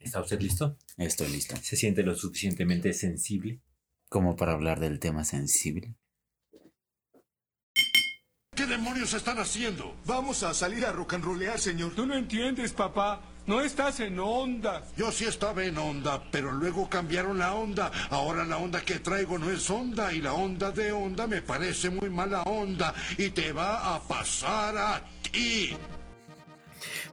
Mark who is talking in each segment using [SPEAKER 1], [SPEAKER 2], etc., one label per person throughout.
[SPEAKER 1] ¿Está usted listo?
[SPEAKER 2] Estoy listo.
[SPEAKER 1] ¿Se siente lo suficientemente sensible?
[SPEAKER 2] Como para hablar del tema sensible.
[SPEAKER 3] ¿Qué demonios están haciendo?
[SPEAKER 4] Vamos a salir a rocanrolear, señor.
[SPEAKER 5] Tú no entiendes, papá. No estás en onda.
[SPEAKER 3] Yo sí estaba en onda, pero luego cambiaron la onda. Ahora la onda que traigo no es onda y la onda de onda me parece muy mala onda y te va a pasar a ti.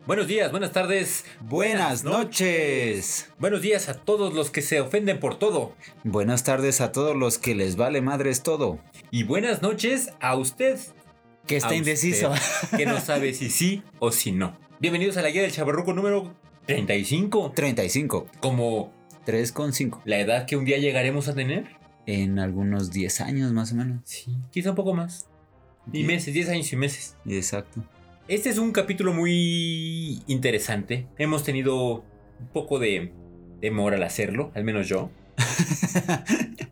[SPEAKER 1] Buenos días, buenas tardes.
[SPEAKER 2] Buenas noches.
[SPEAKER 1] Buenos días a todos los que se ofenden por todo.
[SPEAKER 2] Buenas tardes a todos los que les vale madres todo.
[SPEAKER 1] Y buenas noches a usted.
[SPEAKER 2] Que está
[SPEAKER 1] a
[SPEAKER 2] indeciso.
[SPEAKER 1] usted, que no sabe si sí o si no. Bienvenidos a la guía del chabarruco número 35.
[SPEAKER 2] 35.
[SPEAKER 1] Como
[SPEAKER 2] 3,5.
[SPEAKER 1] la edad que un día llegaremos a tener.
[SPEAKER 2] En algunos 10 años más o menos.
[SPEAKER 1] Sí, quizá un poco más. Y meses, 10 años y meses.
[SPEAKER 2] Exacto.
[SPEAKER 1] Este es un capítulo muy interesante. Hemos tenido un poco de temor al hacerlo, al menos yo,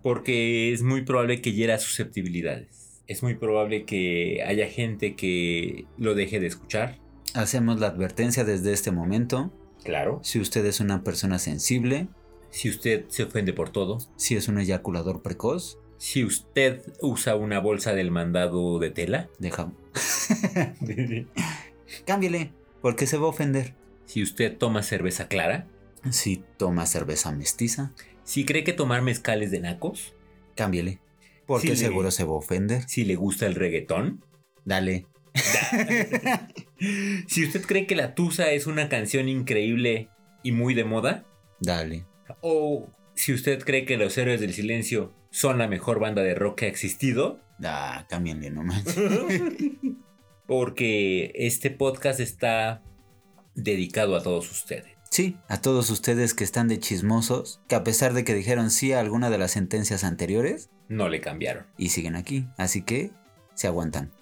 [SPEAKER 1] porque es muy probable que hiera susceptibilidades. Es muy probable que haya gente que lo deje de escuchar.
[SPEAKER 2] Hacemos la advertencia desde este momento.
[SPEAKER 1] Claro.
[SPEAKER 2] Si usted es una persona sensible,
[SPEAKER 1] Si usted se ofende por todo,
[SPEAKER 2] si es un eyaculador precoz,
[SPEAKER 1] si usted usa una bolsa del mandado de tela,
[SPEAKER 2] deja. Cámbiele, porque se va a ofender.
[SPEAKER 1] si usted toma cerveza clara,
[SPEAKER 2] Si toma cerveza mestiza,
[SPEAKER 1] si cree que tomar mezcales de nacos,
[SPEAKER 2] cámbiele.
[SPEAKER 1] Sí.
[SPEAKER 2] Porque seguro se va a ofender.
[SPEAKER 1] si le gusta el reggaetón,
[SPEAKER 2] Dale.
[SPEAKER 1] Si usted cree que La Tusa es una canción increíble y muy de moda,
[SPEAKER 2] Dale.
[SPEAKER 1] o si usted cree que Los Héroes del Silencio son la mejor banda de rock que ha existido,
[SPEAKER 2] Ah, cámbiale nomás.
[SPEAKER 1] porque este podcast está dedicado a todos ustedes.
[SPEAKER 2] Sí, a todos ustedes que están de chismosos, que a pesar de que dijeron sí a alguna de las sentencias anteriores,
[SPEAKER 1] No le cambiaron.
[SPEAKER 2] y siguen aquí, así que se aguantan.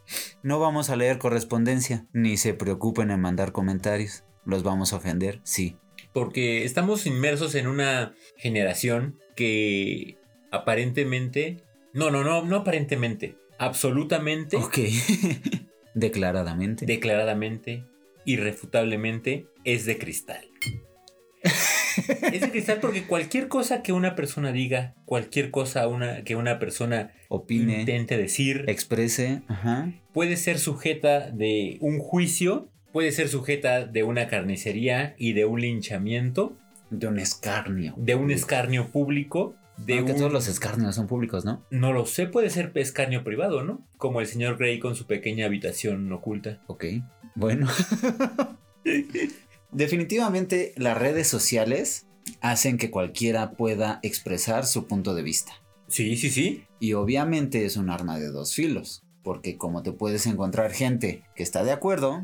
[SPEAKER 2] No vamos a leer correspondencia, ni se preocupen en mandar comentarios. Los vamos a ofender, sí.
[SPEAKER 1] Porque estamos inmersos en una generación que aparentemente... No, no, no, no aparentemente. Absolutamente,
[SPEAKER 2] Ok. Declaradamente.
[SPEAKER 1] declaradamente, irrefutablemente, es de cristal. Es de cristal porque cualquier cosa que una persona diga, cualquier cosa una- que una persona
[SPEAKER 2] opine,
[SPEAKER 1] intente decir,
[SPEAKER 2] exprese, ajá.
[SPEAKER 1] puede ser sujeta de un juicio, puede ser sujeta de una carnicería y de un linchamiento,
[SPEAKER 2] De un escarnio.
[SPEAKER 1] de un escarnio público, de
[SPEAKER 2] Aunque
[SPEAKER 1] un-
[SPEAKER 2] todos los escarnios son públicos, ¿no?
[SPEAKER 1] No lo sé, puede ser escarnio privado, ¿no? Como el señor Grey con su pequeña habitación oculta.
[SPEAKER 2] Ok, bueno. Definitivamente las redes sociales hacen que cualquiera pueda expresar su punto de vista.
[SPEAKER 1] Sí, sí, sí.
[SPEAKER 2] Y obviamente es un arma de dos filos, porque como te puedes encontrar gente que está de acuerdo,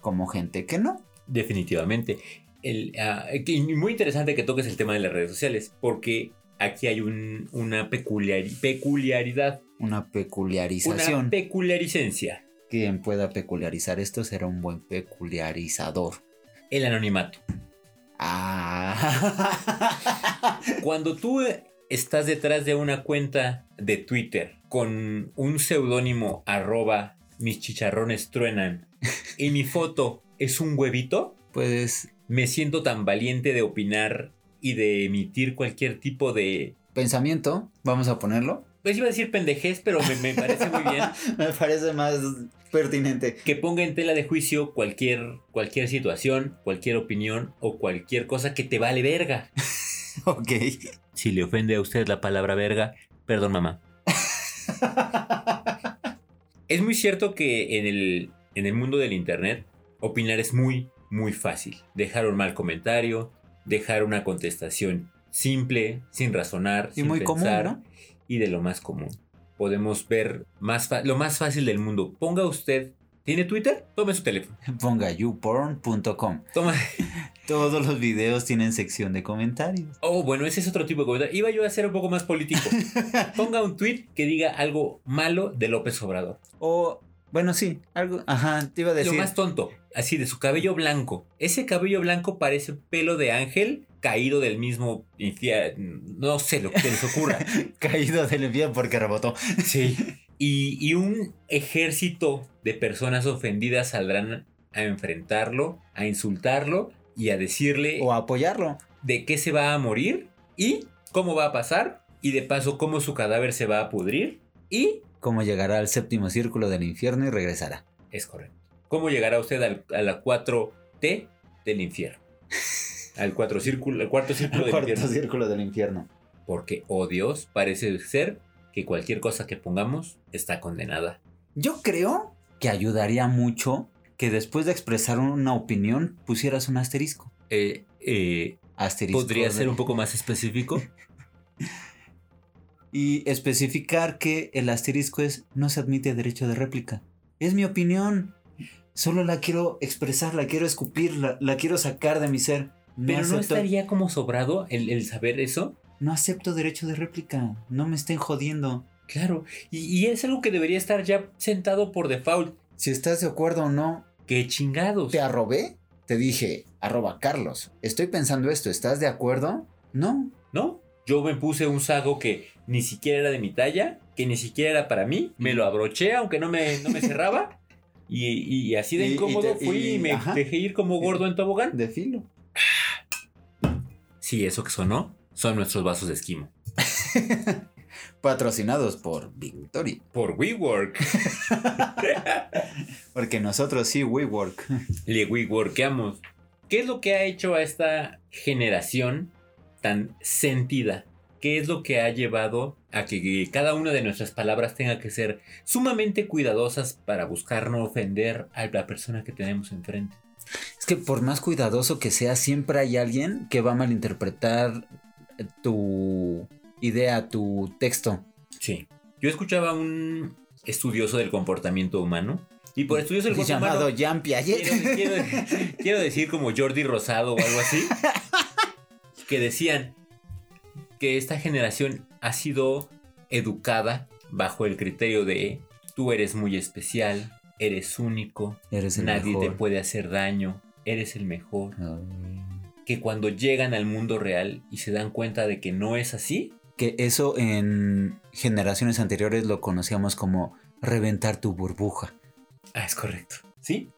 [SPEAKER 2] como gente que no.
[SPEAKER 1] Definitivamente. El, ah, que- y muy interesante que toques el tema de las redes sociales, porque aquí hay un- una peculiar, peculiaridad,
[SPEAKER 2] Una
[SPEAKER 1] una
[SPEAKER 2] peculiarización.
[SPEAKER 1] peculiaricencia,
[SPEAKER 2] Quien pueda peculiarizar esto será un buen peculiarizador.
[SPEAKER 1] el anonimato.
[SPEAKER 2] Ah.
[SPEAKER 1] Cuando tú estás detrás de una cuenta de Twitter con un seudónimo arroba mis chicharrones truenan y mi foto es un huevito,
[SPEAKER 2] Puedes
[SPEAKER 1] me siento tan valiente de opinar y de emitir cualquier tipo de...
[SPEAKER 2] pensamiento, vamos a ponerlo.
[SPEAKER 1] Pues iba a decir pendejez, pero me- me parece muy bien.
[SPEAKER 2] Me parece más pertinente.
[SPEAKER 1] que ponga en tela de juicio cualquier, cualquier situación, cualquier opinión o cualquier cosa que te vale verga.
[SPEAKER 2] Ok.
[SPEAKER 1] Si le ofende a usted la palabra verga, perdón mamá. es muy cierto que en el, en el mundo del Internet opinar es muy, muy fácil. Dejar un mal comentario, dejar una contestación simple, sin razonar,
[SPEAKER 2] Y
[SPEAKER 1] sin
[SPEAKER 2] muy
[SPEAKER 1] pensar,
[SPEAKER 2] común, ¿no?
[SPEAKER 1] y de lo más común. Podemos ver más fa- lo más fácil del mundo. Ponga usted, ¿tiene Twitter? Tome su teléfono.
[SPEAKER 2] Ponga youporn.com.
[SPEAKER 1] Toma.
[SPEAKER 2] Todos los videos tienen sección de comentarios.
[SPEAKER 1] Oh, bueno, ese es otro tipo de comentario. Iba yo a ser un poco más político. Ponga un tweet que diga algo malo de López Obrador.
[SPEAKER 2] O, bueno, sí, algo. Ajá, te iba a decir.
[SPEAKER 1] Lo más tonto, así de su cabello blanco. Ese cabello blanco parece pelo de ángel caído del mismo infierno. No sé lo que se les ocurra.
[SPEAKER 2] caído del envío porque rebotó.
[SPEAKER 1] Sí. Y, y un ejército de personas ofendidas saldrán a enfrentarlo, a insultarlo, y a decirle
[SPEAKER 2] O apoyarlo.
[SPEAKER 1] de qué se va a morir y cómo va a pasar y de paso cómo su cadáver se va a pudrir y
[SPEAKER 2] Cómo llegará al séptimo círculo del infierno y regresará.
[SPEAKER 1] es correcto. ¿Cómo llegará usted al- a la 4T del infierno? Al cuatro círculo, al cuarto círculo del infierno.
[SPEAKER 2] círculo del infierno.
[SPEAKER 1] Porque, oh Dios, parece ser que cualquier cosa que pongamos está condenada.
[SPEAKER 2] Yo creo que ayudaría mucho que después de expresar una opinión pusieras un asterisco.
[SPEAKER 1] Eh, eh,
[SPEAKER 2] Asterisco.
[SPEAKER 1] ¿Podría
[SPEAKER 2] de-
[SPEAKER 1] ser un poco más específico?
[SPEAKER 2] Y especificar que el asterisco es no se admite derecho de réplica. Es mi opinión. Solo la quiero expresar, la quiero escupir, la, la quiero sacar de mi ser. No
[SPEAKER 1] Pero no
[SPEAKER 2] acepto-
[SPEAKER 1] estaría como sobrado el, el saber eso.
[SPEAKER 2] no acepto derecho de réplica. No me estén jodiendo.
[SPEAKER 1] Claro, y, y es algo que debería estar ya sentado por default.
[SPEAKER 2] Si estás de acuerdo o no,
[SPEAKER 1] ¡Qué chingados!
[SPEAKER 2] te arrobé. Te dije, arroba Carlos. Estoy pensando esto. ¿Estás de acuerdo? No.
[SPEAKER 1] ¿No? Yo me puse un saco que ni siquiera era de mi talla, que ni siquiera era para mí. Me lo abroché, aunque no me, no me cerraba. Y, y así de
[SPEAKER 2] Y- y
[SPEAKER 1] incómodo
[SPEAKER 2] te-
[SPEAKER 1] fui
[SPEAKER 2] y-
[SPEAKER 1] y me
[SPEAKER 2] ajá.
[SPEAKER 1] dejé ir como gordo en tobogán.
[SPEAKER 2] De filo.
[SPEAKER 1] Sí, eso que sonó son nuestros vasos de esquimo.
[SPEAKER 2] Patrocinados por Victory.
[SPEAKER 1] Por WeWork.
[SPEAKER 2] Porque nosotros sí, WeWork.
[SPEAKER 1] Le WeWorkamos. ¿Qué es lo que ha hecho a esta generación tan sentida? ¿Qué es lo que ha llevado a que cada una de nuestras palabras tenga que ser sumamente cuidadosas para buscar no ofender a la persona que tenemos enfrente?
[SPEAKER 2] Es que por más cuidadoso que sea, siempre hay alguien que va a malinterpretar eh, tu idea, tu texto.
[SPEAKER 1] Sí. Yo escuchaba a un estudioso del comportamiento humano y por estudioso del comportamiento
[SPEAKER 2] llamado
[SPEAKER 1] humano
[SPEAKER 2] Jean Piaget.
[SPEAKER 1] quiero, quiero- quiero decir como Jordi Rosado o algo así, que decían que esta generación ha sido educada bajo el criterio de tú eres muy especial, eres único,
[SPEAKER 2] Eres el
[SPEAKER 1] nadie
[SPEAKER 2] mejor.
[SPEAKER 1] te puede hacer daño, eres el mejor.
[SPEAKER 2] Ay.
[SPEAKER 1] Que cuando llegan al mundo real y se dan cuenta de que no es así,
[SPEAKER 2] Que eso en generaciones anteriores lo conocíamos como reventar tu burbuja.
[SPEAKER 1] Ah, es correcto. ¿Sí?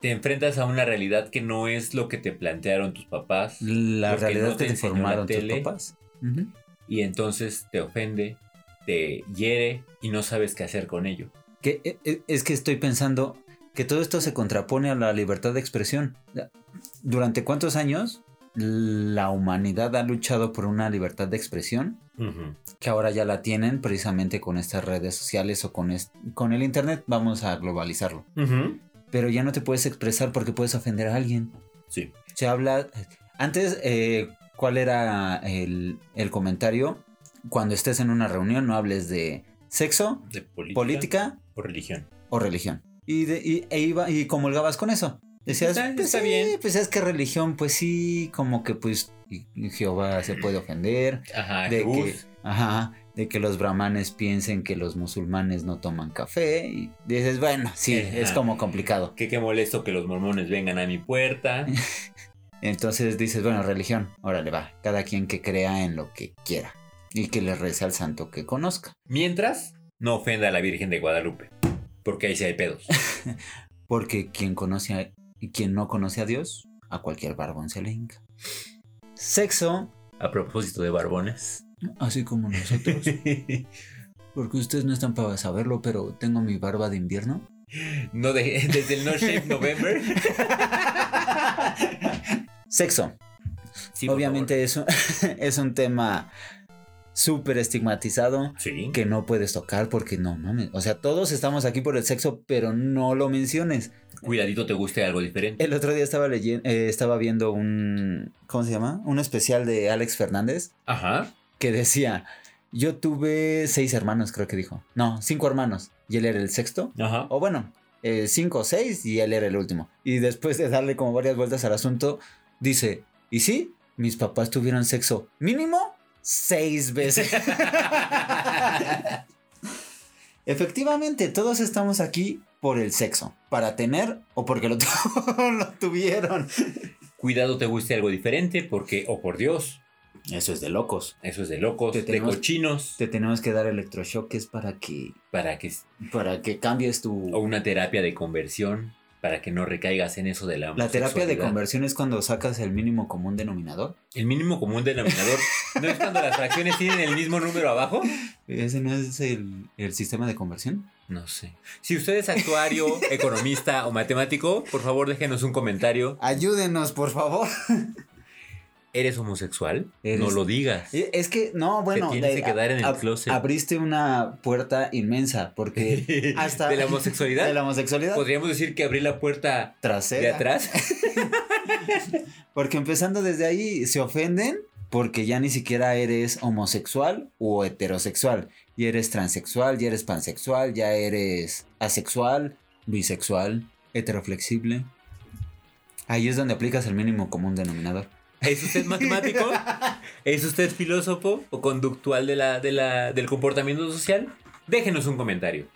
[SPEAKER 1] Te enfrentas a una realidad que no es lo que te plantearon tus papás
[SPEAKER 2] La
[SPEAKER 1] Lo que
[SPEAKER 2] realidad
[SPEAKER 1] no
[SPEAKER 2] que
[SPEAKER 1] te
[SPEAKER 2] te
[SPEAKER 1] enseñó la
[SPEAKER 2] formaron tus
[SPEAKER 1] tele.
[SPEAKER 2] papás. Ujú.
[SPEAKER 1] y entonces te ofende, te hiere y no sabes qué hacer con ello.
[SPEAKER 2] Que eh, eh, es que estoy pensando que todo esto se contrapone a la libertad de expresión. ¿Durante cuántos años la humanidad ha luchado por una libertad de expresión que ahora ya la tienen precisamente con estas redes sociales o con, est- con el internet? Vamos a globalizarlo. Pero ya no te puedes expresar porque puedes ofender a alguien.
[SPEAKER 1] Sí.
[SPEAKER 2] Se habla... Antes, eh, ¿cuál era el, el comentario? Cuando estés en una reunión no hables de sexo,
[SPEAKER 1] De política,
[SPEAKER 2] política
[SPEAKER 1] o religión.
[SPEAKER 2] o religión. Y, de- y, e iba, y comulgabas con eso. Decías,
[SPEAKER 1] Está-
[SPEAKER 2] pues
[SPEAKER 1] está
[SPEAKER 2] sí,
[SPEAKER 1] bien.
[SPEAKER 2] pues es que religión, pues sí, como que pues y- y Jehová se puede ofender.
[SPEAKER 1] Ajá,
[SPEAKER 2] De que,
[SPEAKER 1] Mm. Ah, Jesús.
[SPEAKER 2] ajá, de que los brahmanes piensen que los musulmanes no toman café. Y dices, bueno, sí,
[SPEAKER 1] Ajá.
[SPEAKER 2] es como complicado.
[SPEAKER 1] Que qué molesto que los mormones vengan a mi puerta.
[SPEAKER 2] Entonces dices, bueno, religión, órale va, cada quien que crea en lo que quiera. Y que le reza al santo que conozca.
[SPEAKER 1] Mientras, no ofenda a la Virgen de Guadalupe. Porque ahí sí hay pedos.
[SPEAKER 2] Porque quien conoce a- y quien no conoce a Dios, a cualquier barbón se le hinca. Sexo,
[SPEAKER 1] A propósito de barbones.
[SPEAKER 2] así como nosotros, porque ustedes no están para saberlo, pero tengo mi barba de invierno.
[SPEAKER 1] no de- desde el No Shape November.
[SPEAKER 2] Sexo,
[SPEAKER 1] Sí, por
[SPEAKER 2] obviamente es un, es un tema súper estigmatizado
[SPEAKER 1] favor. Sí.
[SPEAKER 2] que no puedes tocar porque no mames. O sea, todos estamos aquí por el sexo, pero no lo menciones.
[SPEAKER 1] Cuidadito te guste algo diferente.
[SPEAKER 2] El otro día estaba leyendo, eh, estaba viendo un, ¿cómo se llama? Un especial de Alex Fernández
[SPEAKER 1] Ajá.
[SPEAKER 2] que decía, yo tuve seis hermanos, creo que dijo. No, cinco hermanos. Y él era el sexto.
[SPEAKER 1] Ajá.
[SPEAKER 2] O bueno, eh, cinco o seis y él era el último. Y después de darle como varias vueltas al asunto, dice, ¿y sí? Mis papás tuvieron sexo mínimo seis veces. Efectivamente, todos estamos aquí por el sexo, para tener o porque lo, tu- lo tuvieron.
[SPEAKER 1] Cuidado te guste algo diferente porque, oh por Dios,
[SPEAKER 2] Eso es de locos.
[SPEAKER 1] eso es de locos,
[SPEAKER 2] Te
[SPEAKER 1] de
[SPEAKER 2] tenemos-
[SPEAKER 1] cochinos,
[SPEAKER 2] Te tenemos que dar electrochoques para que
[SPEAKER 1] para que...
[SPEAKER 2] para que cambies tu
[SPEAKER 1] O una terapia de conversión. para que no recaigas en eso de la
[SPEAKER 2] La terapia de
[SPEAKER 1] homosexualidad.
[SPEAKER 2] conversión es cuando sacas el mínimo común denominador.
[SPEAKER 1] El mínimo común denominador no es cuando las fracciones tienen el mismo número abajo.
[SPEAKER 2] ¿Ese no es el, el sistema de conversión?
[SPEAKER 1] No sé. Si usted es actuario, economista o matemático, por favor déjenos un comentario.
[SPEAKER 2] Ayúdenos, por favor.
[SPEAKER 1] ¿Eres homosexual? No
[SPEAKER 2] Eres-
[SPEAKER 1] lo digas.
[SPEAKER 2] Eh, Es que, no, bueno.
[SPEAKER 1] tienes que quedar en el
[SPEAKER 2] ab-
[SPEAKER 1] closet.
[SPEAKER 2] Abriste una puerta inmensa porque eh, hasta.
[SPEAKER 1] ¿De la homosexualidad?
[SPEAKER 2] De la homosexualidad.
[SPEAKER 1] Podríamos decir que abrí la puerta
[SPEAKER 2] trasera.
[SPEAKER 1] de atrás.
[SPEAKER 2] Porque empezando desde ahí se ofenden porque ya ni siquiera eres homosexual o heterosexual. Y eres transexual, ya eres pansexual, ya eres asexual, bisexual, heteroflexible. Ahí es donde aplicas el mínimo común denominador.
[SPEAKER 1] ¿Es usted matemático? ¿Es usted filósofo o conductual de la, de la, del comportamiento social? Déjenos un comentario.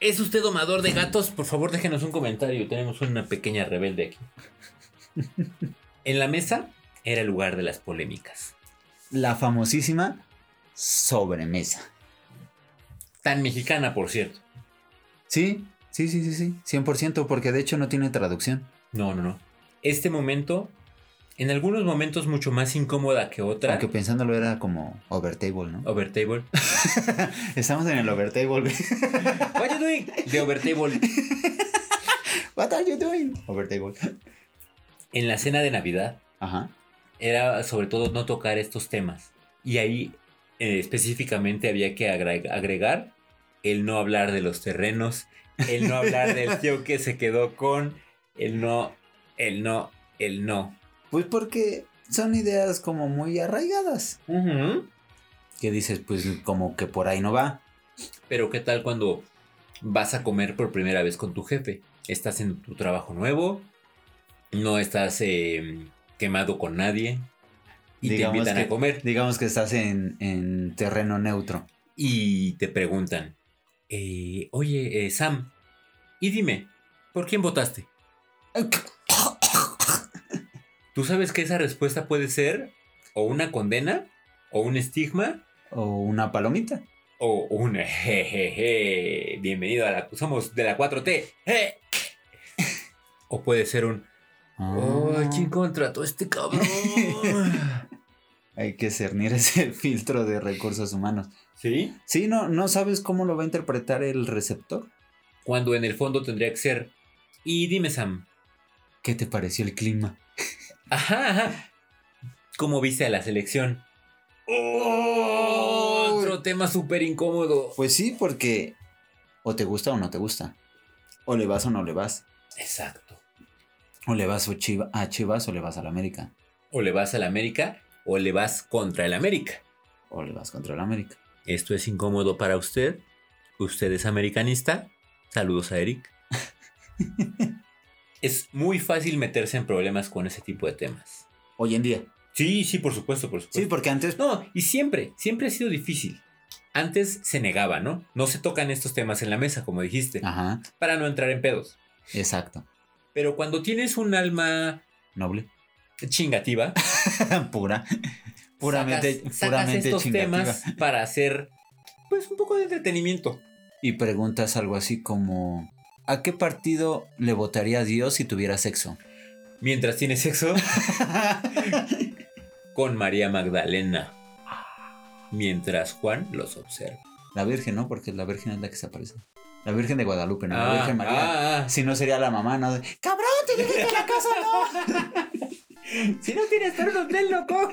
[SPEAKER 1] ¿Es usted domador de gatos? Por favor, déjenos un comentario. Tenemos una pequeña rebelde aquí. En la mesa era el lugar de las polémicas.
[SPEAKER 2] La famosísima sobremesa.
[SPEAKER 1] Tan mexicana, por cierto.
[SPEAKER 2] Sí, sí, sí, sí, sí. 100% porque de hecho no tiene traducción.
[SPEAKER 1] No, no, no. Este momento, en algunos momentos mucho más incómoda que otra.
[SPEAKER 2] Aunque pensándolo era como overtable, ¿no?
[SPEAKER 1] Overtable.
[SPEAKER 2] Estamos en el overtable. güey.
[SPEAKER 1] What you doing? De Overtable.
[SPEAKER 2] What are you doing? Overtable.
[SPEAKER 1] En la cena de Navidad
[SPEAKER 2] Ajá.
[SPEAKER 1] era sobre todo no tocar estos temas. Y ahí eh, específicamente había que agre- agregar el no hablar de los terrenos, el no hablar del tío que se quedó con, el no, el no, el no.
[SPEAKER 2] Pues porque son ideas como muy arraigadas. Que dices, pues como que por ahí no va.
[SPEAKER 1] Pero ¿qué tal cuando vas a comer por primera vez con tu jefe? Estás en tu trabajo nuevo, no estás eh, quemado con nadie y
[SPEAKER 2] Digamos
[SPEAKER 1] te invitan
[SPEAKER 2] que-
[SPEAKER 1] a comer.
[SPEAKER 2] Digamos que estás en, en terreno neutro.
[SPEAKER 1] y te preguntan, eh, oye, eh, Sam, y dime, ¿por quién votaste? Tú sabes que esa respuesta puede ser o una condena, o un estigma,
[SPEAKER 2] O una palomita.
[SPEAKER 1] o un jejeje, bienvenido a la... Somos de la 4T. eh". O puede ser un...
[SPEAKER 2] Ah,
[SPEAKER 1] "Ay, ¿Quién contrató a este cabrón?
[SPEAKER 2] Hay que cernir ese filtro de recursos humanos.
[SPEAKER 1] ¿Sí?
[SPEAKER 2] Sí, no, no sabes cómo lo va a interpretar el receptor.
[SPEAKER 1] Cuando en el fondo tendría que ser... Y dime, Sam,
[SPEAKER 2] ¿Qué te pareció el clima?
[SPEAKER 1] Ajá, ajá. ¿Cómo viste a la selección? Otro tema súper incómodo.
[SPEAKER 2] Pues sí, porque o te gusta o no te gusta. O le vas o no le vas.
[SPEAKER 1] Exacto.
[SPEAKER 2] O le vas o Chiva- a Chivas o le vas a la América.
[SPEAKER 1] O le vas al América o le vas contra el América.
[SPEAKER 2] O le vas contra la América.
[SPEAKER 1] Esto es incómodo para usted. Usted es americanista. Saludos a Eric. es muy fácil meterse en problemas con ese tipo de temas.
[SPEAKER 2] Hoy en día.
[SPEAKER 1] Sí, sí, por supuesto, por supuesto.
[SPEAKER 2] Sí, porque antes
[SPEAKER 1] No, y siempre, siempre ha sido difícil. Antes se negaba, ¿no? No se tocan estos temas en la mesa, como dijiste,
[SPEAKER 2] Ajá,
[SPEAKER 1] para no entrar en pedos.
[SPEAKER 2] exacto.
[SPEAKER 1] Pero cuando tienes un alma
[SPEAKER 2] Noble.
[SPEAKER 1] chingativa,
[SPEAKER 2] Pura. Puramente,
[SPEAKER 1] sacas, sacas
[SPEAKER 2] puramente
[SPEAKER 1] estos
[SPEAKER 2] chingativa.
[SPEAKER 1] temas para hacer pues un poco de entretenimiento.
[SPEAKER 2] Y preguntas algo así como: ¿A qué partido le votaría Dios si tuviera sexo?
[SPEAKER 1] Mientras tienes sexo con María Magdalena. Mientras Juan los observa.
[SPEAKER 2] La Virgen, ¿no? Porque la Virgen es la que se aparece. La Virgen de Guadalupe, ¿no?
[SPEAKER 1] Ah,
[SPEAKER 2] la Virgen María.
[SPEAKER 1] ah, ah.
[SPEAKER 2] Si no sería la mamá, ¿no? ¡Cabrón, te dije que la casa no!
[SPEAKER 1] Si no tienes torno del loco.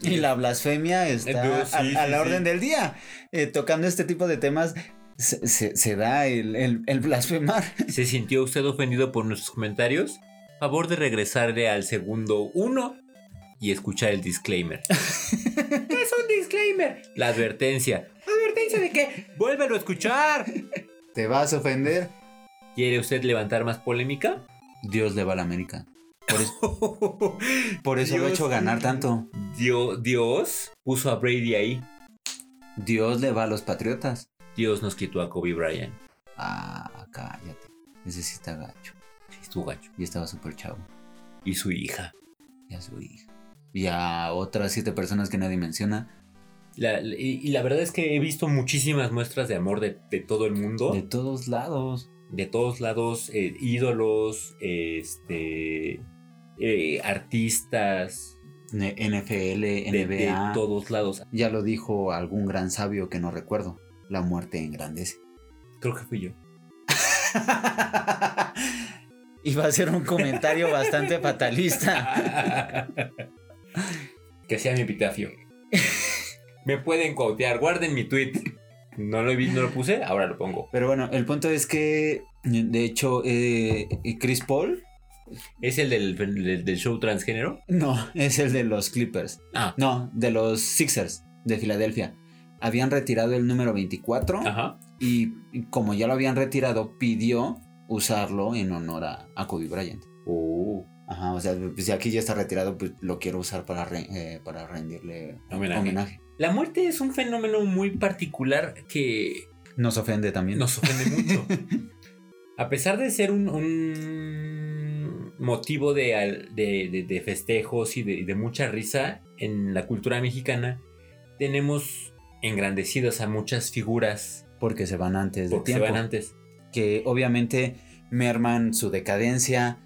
[SPEAKER 2] Y la blasfemia está
[SPEAKER 1] Eh, sí,
[SPEAKER 2] a, a
[SPEAKER 1] sí,
[SPEAKER 2] la
[SPEAKER 1] sí.
[SPEAKER 2] orden del día. Eh, tocando este tipo de temas, se, se- se da el- el- el blasfemar.
[SPEAKER 1] ¿Se sintió usted ofendido por nuestros comentarios? Favor de regresarle al segundo uno y escuchar el disclaimer. ¿Qué es un disclaimer? La advertencia. ¿Advertencia de qué? ¡Vuélvelo a escuchar!
[SPEAKER 2] ¿Te vas a ofender?
[SPEAKER 1] ¿Quiere usted levantar más polémica?
[SPEAKER 2] Dios le va a la América. Por eso, por eso lo he
[SPEAKER 1] Dios.
[SPEAKER 2] hecho ganar tanto.
[SPEAKER 1] Dio- Dios puso a Brady ahí.
[SPEAKER 2] Dios le va a los patriotas.
[SPEAKER 1] Dios nos quitó a Kobe Bryant.
[SPEAKER 2] Ah, cállate. Ese sí está gacho.
[SPEAKER 1] Su gacho.
[SPEAKER 2] Y estaba súper chavo.
[SPEAKER 1] Y su hija.
[SPEAKER 2] Y a su hija. Y a otras siete personas que nadie menciona.
[SPEAKER 1] La- y, y la verdad es que he visto muchísimas muestras de amor de, de todo el mundo,
[SPEAKER 2] De
[SPEAKER 1] de,
[SPEAKER 2] todos lados.
[SPEAKER 1] todos lados, eh, ídolos, este, eh, artistas,
[SPEAKER 2] Ne- NFL,
[SPEAKER 1] de, de
[SPEAKER 2] NBA.
[SPEAKER 1] todos lados.
[SPEAKER 2] Ya lo dijo algún gran sabio que no recuerdo. La muerte engrandece.
[SPEAKER 1] Creo que fui yo.
[SPEAKER 2] Iba a ser un comentario bastante fatalista.
[SPEAKER 1] que sea mi epitafio. Me pueden cotear, guarden mi tweet. No lo, vi, no lo puse, ahora lo pongo.
[SPEAKER 2] Pero bueno, el punto es que, de hecho, eh, Chris Paul
[SPEAKER 1] ¿Es el del, del- del show transgénero?
[SPEAKER 2] no es el de los Clippers.
[SPEAKER 1] Ah,
[SPEAKER 2] No, de los Sixers de Filadelfia. Habían retirado el número 24
[SPEAKER 1] ajá.
[SPEAKER 2] y, y como ya lo habían retirado, pidió usarlo en honor a, a Kobe Bryant.
[SPEAKER 1] Uh,
[SPEAKER 2] Ajá, o sea, pues, si aquí ya está retirado, pues lo quiero usar para, re- eh, para rendirle
[SPEAKER 1] Homenaje.
[SPEAKER 2] homenaje.
[SPEAKER 1] La muerte es un fenómeno muy particular que
[SPEAKER 2] Nos ofende también.
[SPEAKER 1] nos ofende mucho. A pesar de ser un, un motivo de, al- de- de- de festejos y de, de mucha risa en la cultura mexicana, tenemos engrandecidas a muchas figuras
[SPEAKER 2] Porque se van antes de
[SPEAKER 1] porque se
[SPEAKER 2] tiempo.
[SPEAKER 1] van antes.
[SPEAKER 2] que obviamente merman su decadencia,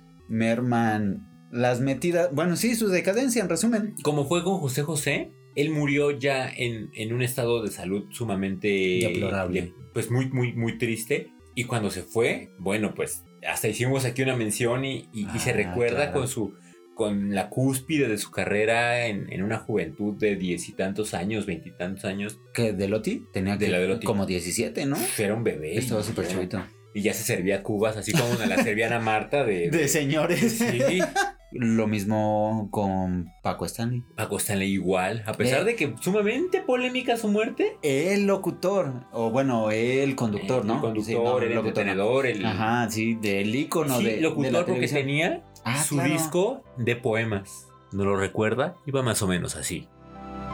[SPEAKER 2] merman las metidas. Bueno, sí, su decadencia, en resumen.
[SPEAKER 1] Como fue con José José, él murió ya en, en un estado de salud sumamente...
[SPEAKER 2] Deplorable.
[SPEAKER 1] de- pues muy, muy, muy triste. Y cuando se fue, bueno, pues hasta hicimos aquí una mención y, y- y se
[SPEAKER 2] Ah,
[SPEAKER 1] recuerda
[SPEAKER 2] claro.
[SPEAKER 1] con su con la cúspide de su carrera en, en una juventud de diez y tantos años, veintitantos años,
[SPEAKER 2] Que Deloti tenía
[SPEAKER 1] De
[SPEAKER 2] que-
[SPEAKER 1] la Delotti.
[SPEAKER 2] como 17, ¿no?
[SPEAKER 1] era un bebé.
[SPEAKER 2] Estaba
[SPEAKER 1] y-
[SPEAKER 2] súper chavito.
[SPEAKER 1] Y ya se servía cubas, así como la servían a Marta de...
[SPEAKER 2] De señores.
[SPEAKER 1] Eh, Sí,
[SPEAKER 2] Lo mismo con Paco Stanley.
[SPEAKER 1] Paco Stanley igual, a
[SPEAKER 2] Eh.
[SPEAKER 1] pesar de que sumamente polémica su muerte,
[SPEAKER 2] El locutor, o bueno, el conductor, ¿no?
[SPEAKER 1] El conductor,
[SPEAKER 2] Sí, no,
[SPEAKER 1] el
[SPEAKER 2] locutor, no.
[SPEAKER 1] entretenedor, el
[SPEAKER 2] Ajá, sí, del ícono
[SPEAKER 1] Sí,
[SPEAKER 2] de.
[SPEAKER 1] locutor
[SPEAKER 2] de la
[SPEAKER 1] porque
[SPEAKER 2] televisión.
[SPEAKER 1] tenía
[SPEAKER 2] Ah,
[SPEAKER 1] su
[SPEAKER 2] claro.
[SPEAKER 1] disco de poemas. ¿No lo recuerda? Iba más o menos así.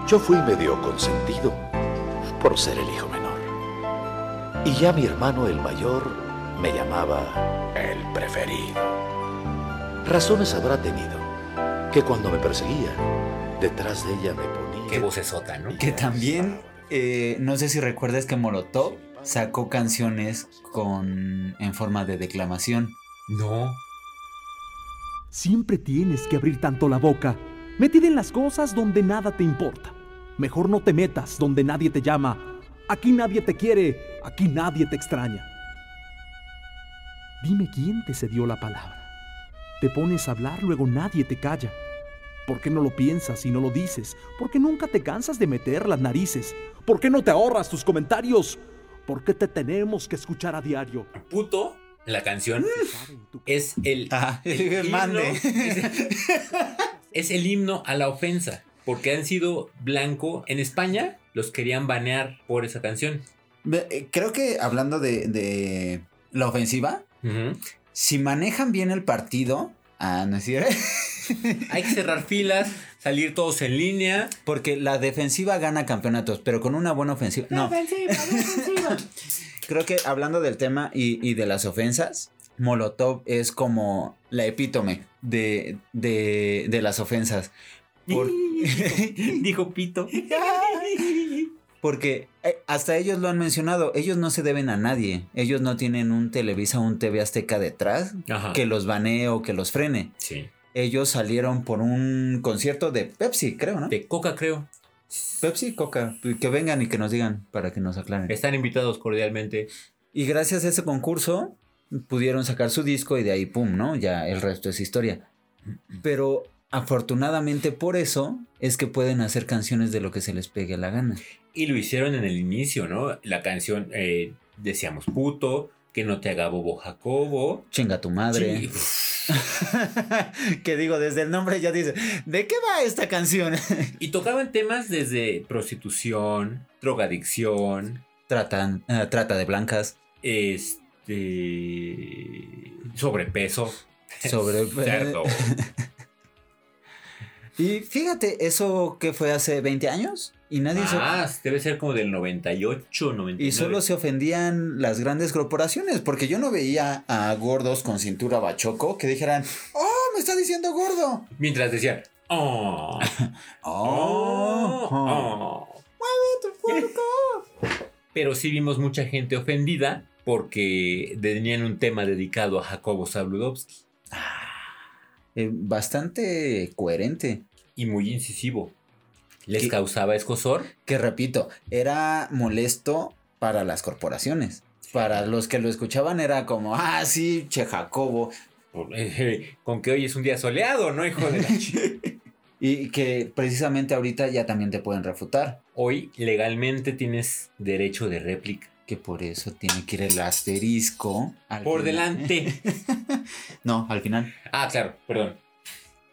[SPEAKER 6] Yo fui medio consentido por ser el hijo menor. Y ya mi hermano el mayor me llamaba el preferido. Razones habrá tenido que cuando me perseguía, detrás de ella me ponía...
[SPEAKER 1] Qué vocesota, ¿no?
[SPEAKER 2] Que también, eh, no sé si recuerdas que Molotov sacó canciones con en forma de declamación.
[SPEAKER 1] No.
[SPEAKER 7] Siempre tienes que abrir tanto la boca, metida en las cosas donde nada te importa. Mejor no te metas donde nadie te llama. Aquí nadie te quiere, aquí nadie te extraña. Dime quién te cedió la palabra. Te pones a hablar, luego nadie te calla. ¿Por qué no lo piensas y no lo dices? ¿Por qué nunca te cansas de meter las narices? ¿Por qué no te ahorras tus comentarios? ¿Por qué te tenemos que escuchar a diario?
[SPEAKER 1] Puto, la canción es el.
[SPEAKER 2] Ah,
[SPEAKER 1] himno- es, es el himno a la ofensa. Porque han sido blanco. En España los querían banear por esa canción.
[SPEAKER 2] eh, Creo que hablando de, de la ofensiva,
[SPEAKER 1] Ujú.
[SPEAKER 2] si manejan bien el partido, ah, no es cierto.
[SPEAKER 1] Hay que cerrar filas, salir todos en línea.
[SPEAKER 2] Porque la defensiva gana campeonatos, pero con una buena ofensiva. No. Creo que hablando del tema y, y de las ofensas, Molotov es como la epítome de, de, de las ofensas. Por-
[SPEAKER 1] Dijo Pito.
[SPEAKER 2] Porque eh, hasta ellos lo han mencionado, ellos no se deben a nadie, ellos no tienen un Televisa o un TV Azteca detrás
[SPEAKER 1] Ajá.
[SPEAKER 2] que los banee o que los frene.
[SPEAKER 1] Sí.
[SPEAKER 2] Ellos salieron por un concierto de Pepsi, creo, ¿no?
[SPEAKER 1] De Coca, creo.
[SPEAKER 2] Pepsi, Coca, que vengan y que nos digan para que nos aclaren.
[SPEAKER 1] Están invitados cordialmente.
[SPEAKER 2] Y gracias a ese concurso pudieron sacar su disco y de ahí, pum, ¿no? Ya el resto es historia. Pero afortunadamente por eso es que pueden hacer canciones de lo que se les pegue la gana.
[SPEAKER 1] Y lo hicieron en el inicio, ¿no? La canción, eh, decíamos puto, que no te haga bobo Jacobo.
[SPEAKER 2] Chinga tu madre.
[SPEAKER 1] Sí,
[SPEAKER 2] que digo, desde el nombre ya dice, ¿de qué va esta canción?
[SPEAKER 1] Y tocaban temas desde prostitución, drogadicción,
[SPEAKER 2] Tratan, eh, trata de blancas,
[SPEAKER 1] este. sobrepeso.
[SPEAKER 2] sobre...
[SPEAKER 1] Cerdo.
[SPEAKER 2] Y fíjate, eso que fue hace 20 años y nadie hizo-
[SPEAKER 1] Más, debe ser como del 98, 99.
[SPEAKER 2] Y solo se ofendían las grandes corporaciones, porque yo no veía a gordos con cintura bachoco que dijeran, ¡Oh, me está diciendo gordo!
[SPEAKER 1] Mientras decían. Oh,
[SPEAKER 2] ¡Oh!
[SPEAKER 1] oh, oh. Pero sí vimos mucha gente ofendida porque tenían un tema dedicado a Jacobo Zabludovsky
[SPEAKER 2] Eh, bastante coherente.
[SPEAKER 1] y muy incisivo. Les
[SPEAKER 2] ¿Qué?
[SPEAKER 1] causaba escosor.
[SPEAKER 2] Que repito, era molesto para las corporaciones. Para los que lo escuchaban era como, ah, sí, che Jacobo.
[SPEAKER 1] por- eh, Con que hoy es un día soleado, ¿no, hijo de la chi-
[SPEAKER 2] Y que precisamente ahorita ya también te pueden refutar.
[SPEAKER 1] Hoy legalmente tienes derecho de réplica.
[SPEAKER 2] Que por eso tiene que ir el asterisco. al
[SPEAKER 1] Por
[SPEAKER 2] final.
[SPEAKER 1] delante.
[SPEAKER 2] No, al final.
[SPEAKER 1] Ah, claro, perdón.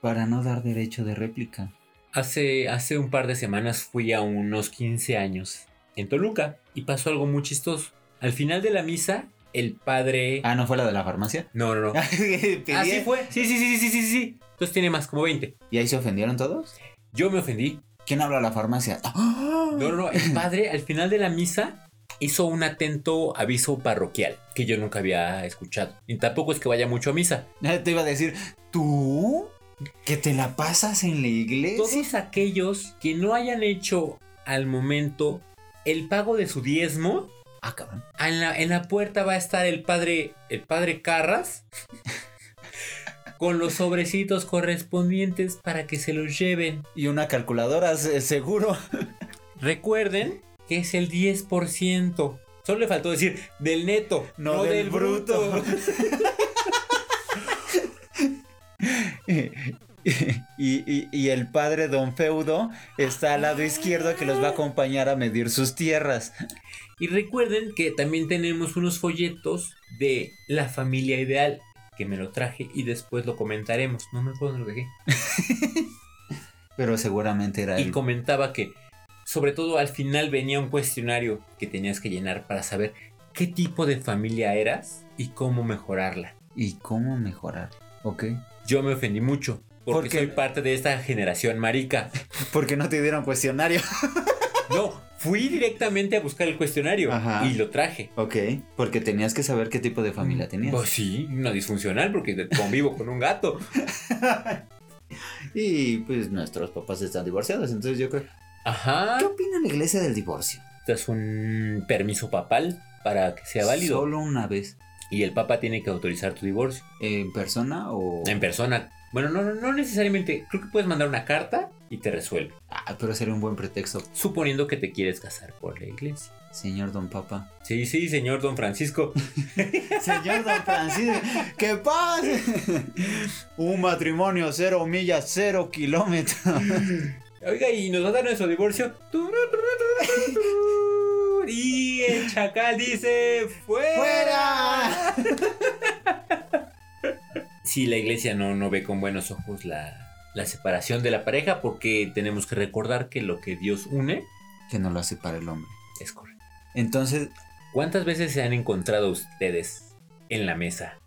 [SPEAKER 2] Para no dar derecho de réplica.
[SPEAKER 1] Hace, hace un par de semanas fui a unos 15 años en Toluca y pasó algo muy chistoso. Al final de la misa, el padre...
[SPEAKER 2] Ah, ¿no fue la de la farmacia?
[SPEAKER 1] No, no, no. Así
[SPEAKER 2] Así
[SPEAKER 1] fue. Sí, sí, sí, sí, sí, sí, sí. Entonces tiene más, como 20.
[SPEAKER 2] ¿Y ahí se ofendieron todos?
[SPEAKER 1] Yo me ofendí.
[SPEAKER 2] ¿Quién habla a la farmacia?
[SPEAKER 1] No, no, no. El padre al final de la misa hizo un atento aviso parroquial que yo nunca había escuchado. Y tampoco es que vaya mucho a misa.
[SPEAKER 2] Te iba a decir, ¿tú? ¿Que te la pasas en la iglesia?
[SPEAKER 1] Todos aquellos que no hayan hecho al momento el pago de su diezmo,
[SPEAKER 2] Ah, cabrón.
[SPEAKER 1] en la, en la puerta va a estar el padre, el padre Carras. Con los sobrecitos correspondientes para que se los lleven.
[SPEAKER 2] Y una calculadora, se- seguro.
[SPEAKER 1] Recuerden que es el 10%. Solo le faltó decir del neto, no, del, bruto.
[SPEAKER 2] y, y- y el padre don Feudo está al lado izquierdo que los
[SPEAKER 1] Ah.
[SPEAKER 2] va a acompañar a medir sus tierras.
[SPEAKER 1] Y recuerden que también tenemos unos folletos de la familia ideal que me lo traje y después lo comentaremos. No me acuerdo dónde lo dejé.
[SPEAKER 2] Pero seguramente era
[SPEAKER 1] Y
[SPEAKER 2] el...
[SPEAKER 1] comentaba que, sobre todo al final, venía un cuestionario que tenías que llenar para saber qué tipo de familia eras y cómo mejorarla.
[SPEAKER 2] ¿Y cómo mejorar? Ok.
[SPEAKER 1] Yo me ofendí mucho porque
[SPEAKER 2] ¿Por qué?
[SPEAKER 1] soy parte de esta generación marica.
[SPEAKER 2] Porque no te dieron cuestionario.
[SPEAKER 1] No, fui directamente a buscar el cuestionario
[SPEAKER 2] Ajá.
[SPEAKER 1] y lo traje.
[SPEAKER 2] Ok. Porque tenías que saber qué tipo de familia tenías.
[SPEAKER 1] Pues sí, una disfuncional porque convivo con un gato.
[SPEAKER 2] Y pues nuestros papás están divorciados, entonces yo creo...
[SPEAKER 1] Ajá.
[SPEAKER 2] ¿Qué opina la iglesia del divorcio?
[SPEAKER 1] necesitas un permiso papal para que sea válido.
[SPEAKER 2] Solo una vez.
[SPEAKER 1] Y el papa tiene que autorizar tu divorcio.
[SPEAKER 2] ¿En persona o...?
[SPEAKER 1] En persona. Bueno, no, no, no necesariamente. Creo que puedes mandar una carta y te resuelve.
[SPEAKER 2] Ah, pero sería un buen pretexto.
[SPEAKER 1] Suponiendo que te quieres casar por la iglesia.
[SPEAKER 2] Señor don Papa.
[SPEAKER 1] Sí, sí, señor don Francisco.
[SPEAKER 2] Señor Don Francisco, ¿qué pase? Un matrimonio cero millas, cero kilómetros.
[SPEAKER 1] Oiga, y nos va a dar nuestro divorcio. Y el chacal dice: ¡Fuera!
[SPEAKER 2] ¡Fuera!
[SPEAKER 1] Sí, la iglesia no, no ve con buenos ojos la, la separación de la pareja porque tenemos que recordar que lo que Dios une
[SPEAKER 2] Que no lo hace para el hombre.
[SPEAKER 1] es correcto.
[SPEAKER 2] Entonces,
[SPEAKER 1] ¿Cuántas veces se han encontrado ustedes en la mesa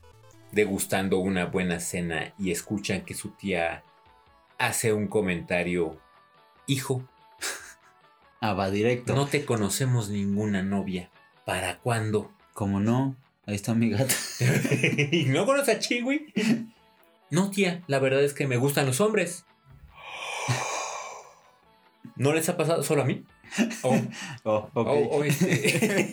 [SPEAKER 1] degustando una buena cena y escuchan que su tía hace un comentario? Hijo,
[SPEAKER 2] ah, va directo.
[SPEAKER 1] no te conocemos ninguna novia. ¿Para cuándo?
[SPEAKER 2] Como no, ahí está mi gata.
[SPEAKER 1] ¿Y no conoces a Chiwi? No, tía, la verdad es que me gustan los hombres. ¿No les ha pasado solo a mí? Oh.
[SPEAKER 2] Oh, ok.
[SPEAKER 1] O- o este-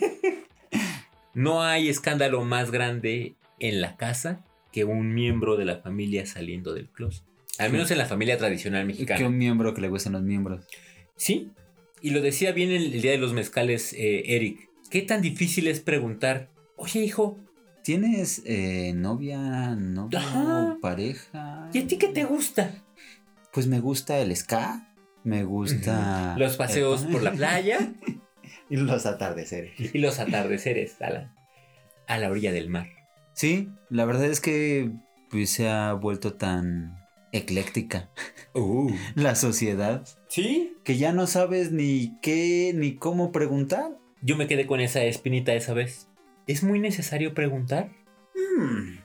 [SPEAKER 1] no hay escándalo más grande en la casa que un miembro de la familia saliendo del closet. Al menos en la familia tradicional
[SPEAKER 2] que
[SPEAKER 1] mexicana.
[SPEAKER 2] un miembro que le gustan los miembros.
[SPEAKER 1] Sí. Y lo decía bien el, el día de los mezcales, eh, Eric. ¿Qué tan difícil es preguntar? Oye, hijo,
[SPEAKER 2] ¿Tienes eh, novia, novio,
[SPEAKER 1] Ajá.
[SPEAKER 2] pareja?
[SPEAKER 1] ¿y a ti qué te gusta?
[SPEAKER 2] Pues me gusta el ska, me gusta...
[SPEAKER 1] Los paseos por la playa
[SPEAKER 2] Y los atardeceres.
[SPEAKER 1] y los atardeceres a la, a la orilla del mar.
[SPEAKER 2] Sí, la verdad es que pues, se ha vuelto tan ecléctica
[SPEAKER 1] Uh.
[SPEAKER 2] la sociedad
[SPEAKER 1] ¿Sí?
[SPEAKER 2] que ya no sabes ni qué ni cómo preguntar.
[SPEAKER 1] Yo me quedé con esa espinita esa vez. ¿Es muy necesario preguntar?
[SPEAKER 2] Hmm.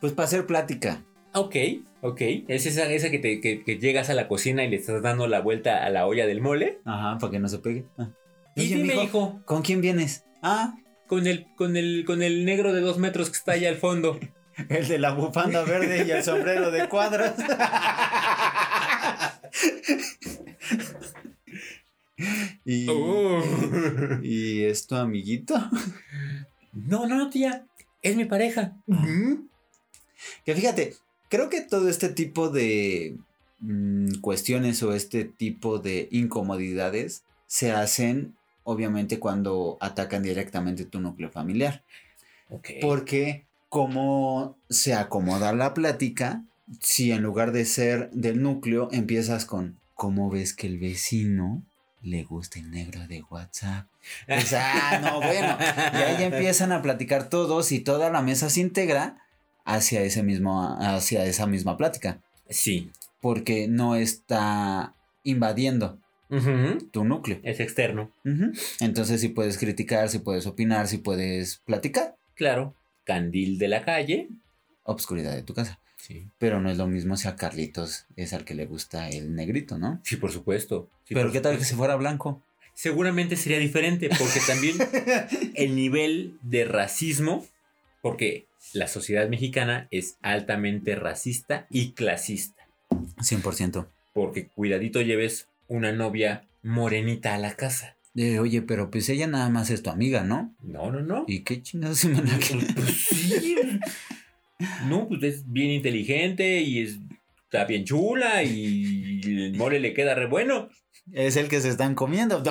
[SPEAKER 2] Pues para hacer plática.
[SPEAKER 1] Ah, Ok, ok. Es esa, esa que, te, que, que llegas a la cocina y le estás dando la vuelta a la olla del mole.
[SPEAKER 2] Ajá, para que no se pegue. Ah.
[SPEAKER 1] Y
[SPEAKER 2] Oye,
[SPEAKER 1] dime,
[SPEAKER 2] mijo,
[SPEAKER 1] hijo,
[SPEAKER 2] ¿con quién vienes? Ah,
[SPEAKER 1] con el, con el, con el negro de dos metros que está allá al fondo.
[SPEAKER 2] el de la bufanda verde y el sombrero de cuadros. Y,
[SPEAKER 1] Oh.
[SPEAKER 2] y es tu amiguito.
[SPEAKER 1] No, no, tía. Es mi pareja.
[SPEAKER 2] Ujú. Que fíjate, creo que todo este tipo de mm, cuestiones o este tipo de incomodidades se hacen obviamente cuando atacan directamente tu núcleo familiar.
[SPEAKER 1] Ok.
[SPEAKER 2] Porque como se acomoda la plática, si en lugar de ser del núcleo empiezas con ¿cómo ves que el vecino le gusta el negro de WhatsApp? Pues, ah, no, bueno. Y ahí ya empiezan a platicar todos y toda la mesa se integra hacia ese mismo hacia esa misma plática,
[SPEAKER 1] Sí.
[SPEAKER 2] porque no está invadiendo
[SPEAKER 1] Ujú.
[SPEAKER 2] tu núcleo.
[SPEAKER 1] Es externo.
[SPEAKER 2] Ujú. Entonces si puedes criticar, si puedes opinar, si puedes platicar,
[SPEAKER 1] Claro. Candil de la calle.
[SPEAKER 2] obscuridad de tu casa.
[SPEAKER 1] Sí.
[SPEAKER 2] Pero no es lo mismo si a Carlitos es al que le gusta el negrito, ¿no?
[SPEAKER 1] Sí, por supuesto. Sí,
[SPEAKER 2] Pero
[SPEAKER 1] por
[SPEAKER 2] qué tal que
[SPEAKER 1] supuesto.
[SPEAKER 2] se fuera blanco.
[SPEAKER 1] Seguramente sería diferente porque también el nivel de racismo, porque la sociedad mexicana es altamente racista y clasista.
[SPEAKER 2] 100%.
[SPEAKER 1] Porque cuidadito lleves una novia morenita a la casa.
[SPEAKER 2] Eh, oye, pero pues ella nada más es tu amiga, ¿no?
[SPEAKER 1] No, no, no.
[SPEAKER 2] ¿Y qué chingados se me la que-
[SPEAKER 1] Pues sí. No, pues es bien inteligente y es, está bien chula y el mole le queda re bueno.
[SPEAKER 2] Es el que se están comiendo.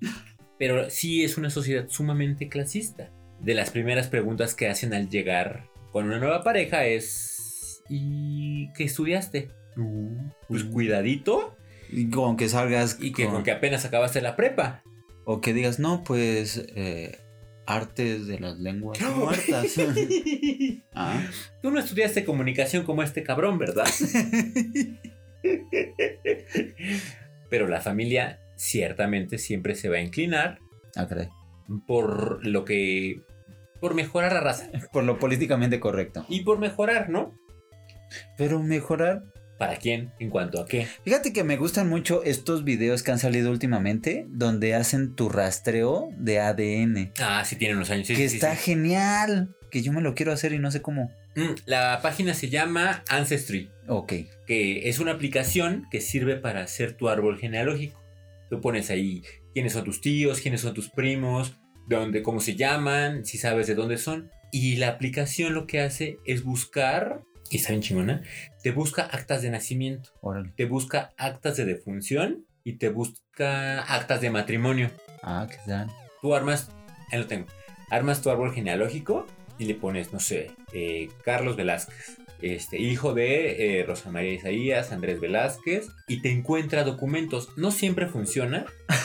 [SPEAKER 1] Pero sí es una sociedad sumamente clasista. De las primeras preguntas que hacen al llegar con una nueva pareja es... ¿Y qué estudiaste? Pues cuidadito
[SPEAKER 2] Y con que salgas
[SPEAKER 1] y que
[SPEAKER 2] con-
[SPEAKER 1] con que apenas acabaste la prepa.
[SPEAKER 2] o que digas, no, pues eh, artes de las lenguas muertas. ah,
[SPEAKER 1] Tú no estudiaste comunicación como este cabrón, ¿verdad? Pero la familia ciertamente siempre se va a inclinar
[SPEAKER 2] ah, caray.
[SPEAKER 1] por lo que... por mejorar la raza.
[SPEAKER 2] Por lo políticamente correcto.
[SPEAKER 1] Y por mejorar, ¿no?
[SPEAKER 2] Pero mejorar
[SPEAKER 1] ¿Para quién? ¿En cuanto a qué?
[SPEAKER 2] Fíjate que me gustan mucho estos videos que han salido últimamente donde hacen tu rastreo de ADN.
[SPEAKER 1] Ah, sí, tiene unos años. Sí,
[SPEAKER 2] que
[SPEAKER 1] sí, sí,
[SPEAKER 2] está
[SPEAKER 1] sí.
[SPEAKER 2] genial. Que yo me lo quiero hacer y no sé cómo.
[SPEAKER 1] Mm, La página se llama Ancestry,
[SPEAKER 2] Ok.
[SPEAKER 1] que es una aplicación que sirve para hacer tu árbol genealógico. Tú pones ahí quiénes son tus tíos, quiénes son tus primos, de dónde, cómo se llaman, si sabes de dónde son. Y la aplicación lo que hace es buscar, y está bien chingona, te busca actas de nacimiento,
[SPEAKER 2] Órale.
[SPEAKER 1] te busca actas de defunción y te busca actas de matrimonio.
[SPEAKER 2] Ah, qué tal.
[SPEAKER 1] tú armas, ahí lo tengo, armas tu árbol genealógico y le pones, no sé, eh, Carlos Velázquez, este, hijo de eh, Rosa María Isaías, Andrés Velázquez, y te encuentra documentos. No siempre funciona,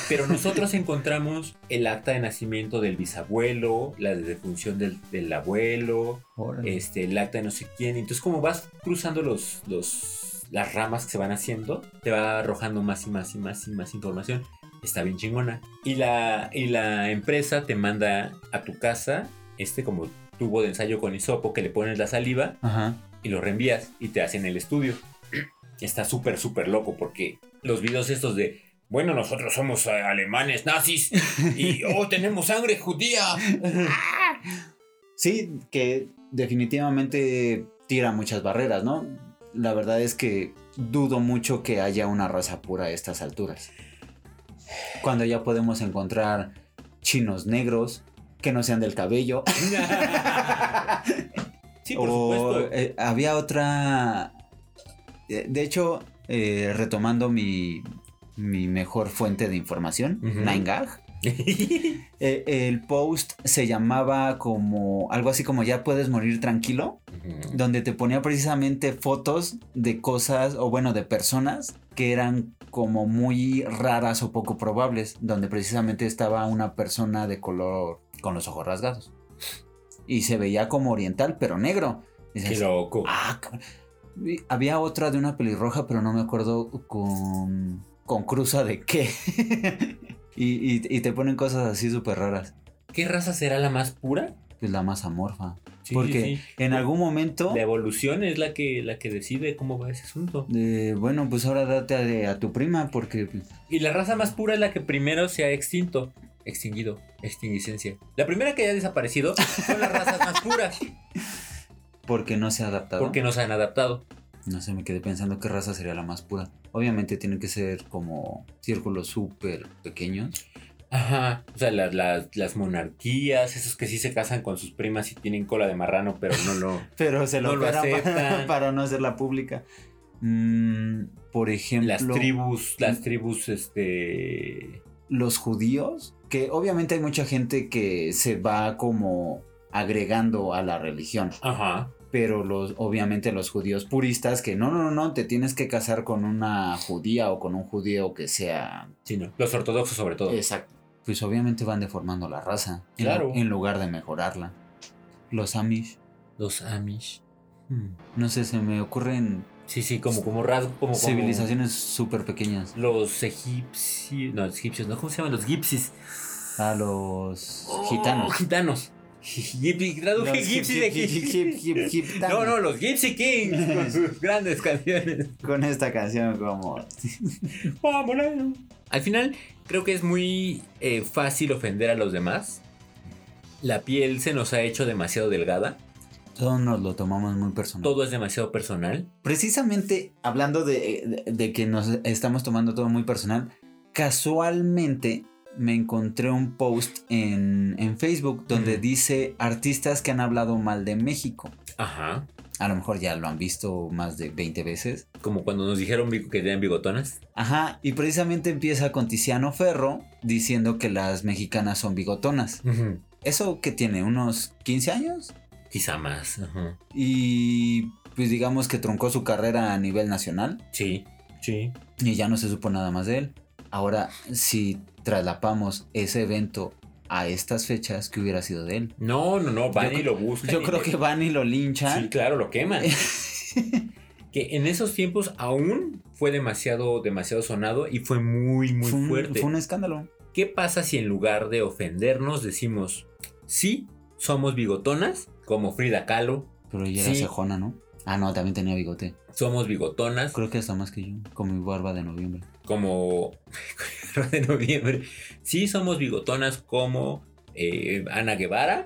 [SPEAKER 1] pero nosotros encontramos el acta de nacimiento del bisabuelo, la de defunción del, del abuelo,
[SPEAKER 2] Órale.
[SPEAKER 1] este, el acta de no sé quién. Entonces, como vas cruzando los, los, las ramas que se van haciendo, te va arrojando más y más y más y más información. Está bien chingona. Y la, y la empresa te manda a tu casa este como tubo de ensayo con hisopo que le pones la saliva
[SPEAKER 2] Ajá.
[SPEAKER 1] y lo reenvías y te hacen el estudio. Está súper, súper loco porque los videos estos de, bueno, nosotros somos eh, alemanes nazis y, oh, tenemos sangre judía.
[SPEAKER 2] Sí, que definitivamente tira muchas barreras, ¿no? La verdad es que dudo mucho que haya una raza pura a estas alturas. Cuando ya podemos encontrar chinos negros que no sean del cabello.
[SPEAKER 1] Sí, por
[SPEAKER 2] O,
[SPEAKER 1] supuesto.
[SPEAKER 2] eh, había otra. eh, De hecho, eh, retomando mi, mi mejor fuente de información,
[SPEAKER 1] Ujú.
[SPEAKER 2] Nine Gag, eh, el post se llamaba como algo así como ya puedes morir tranquilo,
[SPEAKER 1] Ujú.
[SPEAKER 2] donde te ponía precisamente fotos de cosas o bueno, de personas que eran como muy raras o poco probables, donde precisamente estaba una persona de color con los ojos rasgados y se veía como oriental pero negro. Dices,
[SPEAKER 1] Qué loco.
[SPEAKER 2] Ah, cabrón. Y Había otra de una pelirroja, pero no me acuerdo con, con cruza de qué. y, y- y te ponen cosas así súper raras.
[SPEAKER 1] ¿Qué raza será la más pura?
[SPEAKER 2] Pues la más amorfa.
[SPEAKER 1] Sí,
[SPEAKER 2] Porque
[SPEAKER 1] sí, sí.
[SPEAKER 2] en algún momento,
[SPEAKER 1] la evolución es la que, la que decide cómo va ese asunto.
[SPEAKER 2] eh, bueno, pues ahora date a, de- a tu prima porque pues,
[SPEAKER 1] Y la raza más pura es la que primero se ha extinto. Extinguido, extinguicencia. La primera que haya desaparecido son las razas más puras
[SPEAKER 2] porque no se ha adaptado.
[SPEAKER 1] porque no se han adaptado.
[SPEAKER 2] No sé, me quedé pensando qué raza sería la más pura. Obviamente tienen que ser como círculos súper pequeños.
[SPEAKER 1] Ajá, o sea, las, las, las monarquías, esos que sí se casan con sus primas y tienen cola de marrano, pero no lo...
[SPEAKER 2] Pero se lo,
[SPEAKER 1] No lo
[SPEAKER 2] operan para-
[SPEAKER 1] aceptan.
[SPEAKER 2] Para, no hacerla pública. Mm, por ejemplo,
[SPEAKER 1] las tribus, las tribus, este...
[SPEAKER 2] los judíos, que obviamente hay mucha gente que se va como agregando a la religión.
[SPEAKER 1] Ajá.
[SPEAKER 2] pero los obviamente los judíos puristas que no, no, no, no, te tienes que casar con una judía o con un judío que sea
[SPEAKER 1] Sí, no. Los ortodoxos sobre todo.
[SPEAKER 2] exacto. Pues obviamente van deformando la raza en-
[SPEAKER 1] Claro.
[SPEAKER 2] en, lugar de mejorarla. Los Amish,
[SPEAKER 1] Los Amish. Hmm.
[SPEAKER 2] no sé, se me ocurren
[SPEAKER 1] Sí, sí, como, como rasgo, como... como-
[SPEAKER 2] civilizaciones súper pequeñas.
[SPEAKER 1] Los egipcios... No, los egipcios, ¿no? ¿Cómo se llaman? Los gipsis.
[SPEAKER 2] A los
[SPEAKER 1] Oh,
[SPEAKER 2] gitanos.
[SPEAKER 1] Gitanos. Gipsy,
[SPEAKER 2] Los
[SPEAKER 1] traduje
[SPEAKER 2] hip-
[SPEAKER 1] gipsy de
[SPEAKER 2] hip- hip-
[SPEAKER 1] gipsy.
[SPEAKER 2] hip- hip- hip-
[SPEAKER 1] No, no, los Gypsy Kings con sus grandes canciones.
[SPEAKER 2] Con esta canción como...
[SPEAKER 1] Al final, creo que es muy eh, fácil ofender a los demás. La piel se nos ha hecho demasiado delgada.
[SPEAKER 2] Todos nos lo tomamos muy personal.
[SPEAKER 1] Todo es demasiado personal.
[SPEAKER 2] precisamente hablando de, de- de que nos estamos tomando todo muy personal, casualmente me encontré un post en, en Facebook donde
[SPEAKER 1] Ujú.
[SPEAKER 2] dice artistas que han hablado mal de México.
[SPEAKER 1] Ajá.
[SPEAKER 2] A lo mejor ya lo han visto más de 20 veces.
[SPEAKER 1] Como cuando nos dijeron bigo- que tenían bigotonas.
[SPEAKER 2] Ajá, y precisamente empieza con Tiziano Ferro diciendo que las mexicanas son bigotonas. ¿Eso que tiene? ¿Unos 15 años?
[SPEAKER 1] Quizá más. Ajá.
[SPEAKER 2] Y pues digamos que truncó su carrera a nivel nacional.
[SPEAKER 1] Sí. Sí.
[SPEAKER 2] y ya no se supo nada más de él. Ahora, si traslapamos ese evento a estas fechas, ¿qué hubiera sido de él?
[SPEAKER 1] No, no, no. Van
[SPEAKER 2] Yo
[SPEAKER 1] y
[SPEAKER 2] cre-
[SPEAKER 1] lo buscan.
[SPEAKER 2] Yo
[SPEAKER 1] y
[SPEAKER 2] creo
[SPEAKER 1] le-
[SPEAKER 2] que van y lo
[SPEAKER 1] Sí,
[SPEAKER 2] linchan.
[SPEAKER 1] claro, lo queman. que en esos tiempos aún fue demasiado, demasiado sonado y fue muy, muy
[SPEAKER 2] fue, un,
[SPEAKER 1] fuerte.
[SPEAKER 2] fue un escándalo.
[SPEAKER 1] ¿Qué pasa si en lugar de ofendernos decimos, sí, somos bigotonas, como Frida Kahlo,
[SPEAKER 2] Pero ella era
[SPEAKER 1] Sí.
[SPEAKER 2] cejona, ¿no? Ah, no, también tenía bigote.
[SPEAKER 1] somos bigotonas,
[SPEAKER 2] Creo que hasta más que yo, con mi barba de noviembre.
[SPEAKER 1] como de noviembre, sí somos bigotonas como eh, Ana Guevara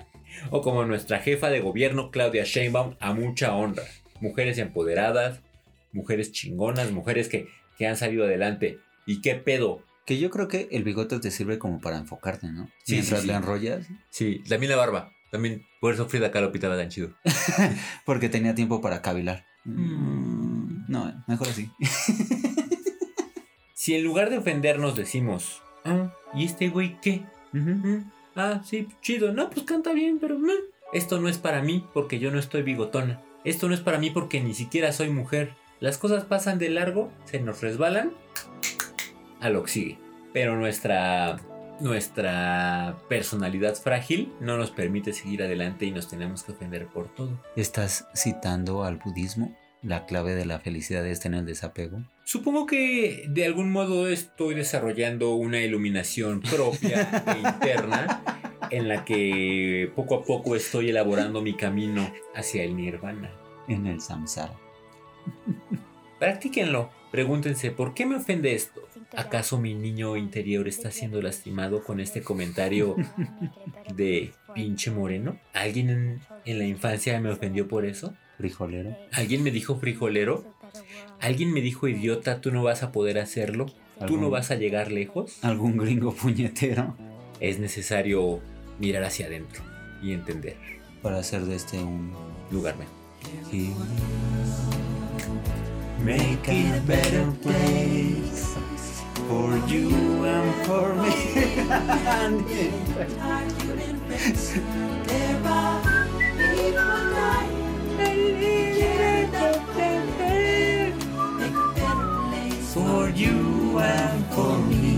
[SPEAKER 1] o como nuestra jefa de gobierno Claudia Sheinbaum a mucha honra. Mujeres empoderadas, mujeres chingonas, mujeres que, que han salido adelante. ¿Y qué pedo?
[SPEAKER 2] Que yo creo que el bigote te sirve como para enfocarte, ¿no?
[SPEAKER 1] Sí,
[SPEAKER 2] Mientras
[SPEAKER 1] sí,
[SPEAKER 2] le
[SPEAKER 1] sí.
[SPEAKER 2] enrollas.
[SPEAKER 1] Sí, también la barba. También por eso Frida Kahlo pitaba tan chido.
[SPEAKER 2] Porque tenía tiempo para cavilar.
[SPEAKER 1] Mm.
[SPEAKER 2] No, mejor así.
[SPEAKER 1] Si en lugar de ofendernos decimos, ah, ¿y este güey qué? Mm, Ah, sí, chido. No, pues canta bien, pero meh. esto no es para mí porque yo no estoy bigotona. Esto no es para mí porque ni siquiera soy mujer. Las cosas pasan de largo, se nos resbalan a lo que sigue. Pero nuestra nuestra personalidad frágil no nos permite seguir adelante y nos tenemos que ofender por todo.
[SPEAKER 2] ¿Estás citando al budismo? La clave de la felicidad es tener desapego.
[SPEAKER 1] Supongo que de algún modo estoy desarrollando una iluminación propia e interna en la que poco a poco estoy elaborando mi camino hacia el nirvana.
[SPEAKER 2] en el samsara.
[SPEAKER 1] Practíquenlo. Pregúntense, ¿por qué me ofende esto? ¿Acaso mi niño interior está siendo lastimado con este comentario de pinche moreno? ¿Alguien en, en la infancia me ofendió por eso?
[SPEAKER 2] Frijolero.
[SPEAKER 1] ¿Alguien me dijo frijolero? ¿Alguien me dijo idiota, tú no vas a poder hacerlo? ¿Tú no
[SPEAKER 2] Algún-
[SPEAKER 1] vas a llegar lejos?
[SPEAKER 2] Algún gringo puñetero.
[SPEAKER 1] es necesario mirar hacia adentro y entender
[SPEAKER 2] Para hacer de este un.
[SPEAKER 1] lugar mejor.
[SPEAKER 2] sí. Make it a better place for you and for me. For you and for me.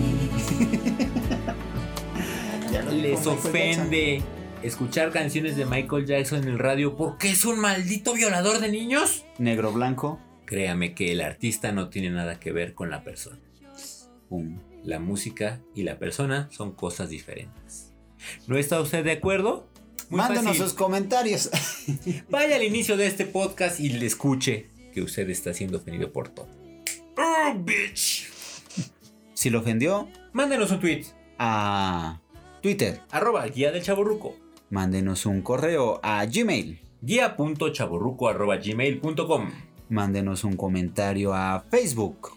[SPEAKER 1] Les ofende escuchar canciones de Michael Jackson en el radio porque es un maldito violador de niños.
[SPEAKER 2] Negro blanco.
[SPEAKER 1] Créame que el artista no tiene nada que ver con la persona.
[SPEAKER 2] Pum.
[SPEAKER 1] La música y la persona son cosas diferentes. ¿No está usted de acuerdo? Muy
[SPEAKER 2] Mándenos
[SPEAKER 1] fácil.
[SPEAKER 2] sus comentarios.
[SPEAKER 1] Vaya al inicio de este podcast y le escuche que usted está siendo ofendido por todo. Oh, bitch.
[SPEAKER 2] Si lo ofendió,
[SPEAKER 1] Mándenos un tweet.
[SPEAKER 2] a Twitter.
[SPEAKER 1] Arroba guía del chaborruco.
[SPEAKER 2] Mándenos un correo a Gmail.
[SPEAKER 1] guía.chaborruco.gmail.com
[SPEAKER 2] Mándenos un comentario a Facebook.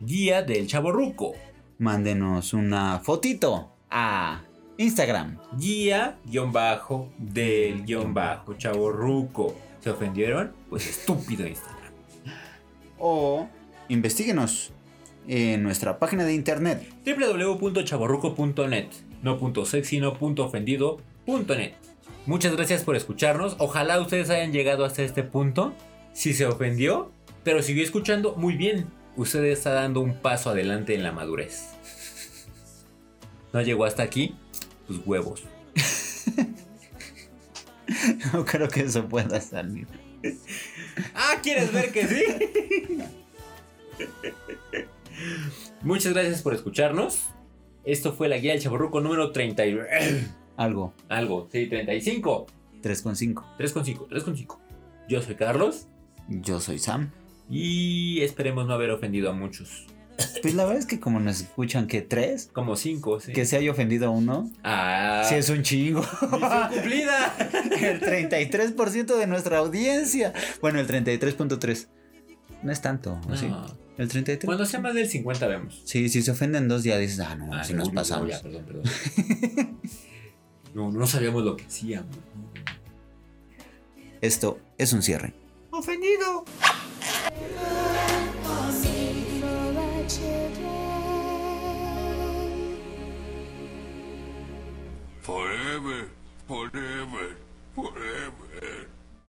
[SPEAKER 1] Guía del Chaborruco.
[SPEAKER 2] Mándenos una fotito a Instagram.
[SPEAKER 1] Guía guión bajo del guión bajo Chaborruco. ¿Se ofendieron? Pues estúpido Instagram.
[SPEAKER 2] O investiguenos en nuestra página de internet.
[SPEAKER 1] www.chaborruco.net. No punto sexy, no punto ofendido, punto net. Muchas gracias por escucharnos. Ojalá ustedes hayan llegado hasta este punto. Si se ofendió, pero siguió escuchando, muy bien. Usted está dando un paso adelante en la madurez. No llegó hasta aquí, tus huevos.
[SPEAKER 2] No creo que eso pueda salir.
[SPEAKER 1] Ah, ¿quieres ver que sí? Muchas gracias por escucharnos. Esto fue la guía del chaborruco número 30 y...
[SPEAKER 2] Algo.
[SPEAKER 1] algo, sí, 35.
[SPEAKER 2] 3.5.
[SPEAKER 1] 3.5, 3.5. Yo soy Carlos
[SPEAKER 2] Yo soy Sam.
[SPEAKER 1] y esperemos no haber ofendido a muchos.
[SPEAKER 2] Pues la verdad es que como nos escuchan que tres,
[SPEAKER 1] Como 5, sí.
[SPEAKER 2] que se haya ofendido a uno,
[SPEAKER 1] Ah,
[SPEAKER 2] sí es un chingo.
[SPEAKER 1] misión cumplida.
[SPEAKER 2] El 33% de nuestra audiencia. Bueno, el 33.3. No es tanto, ¿o sí?
[SPEAKER 1] No.
[SPEAKER 2] El 33.
[SPEAKER 1] Cuando sea más del 50 vemos.
[SPEAKER 2] Sí, si se ofenden dos días dices, ah, no,
[SPEAKER 1] Ah,
[SPEAKER 2] si nos
[SPEAKER 1] según-
[SPEAKER 2] pasamos.
[SPEAKER 1] ya, perdón, perdón. No, no sabíamos lo que hacíamos.
[SPEAKER 2] Esto es un cierre.
[SPEAKER 8] for our children.
[SPEAKER 3] Forever, forever, forever.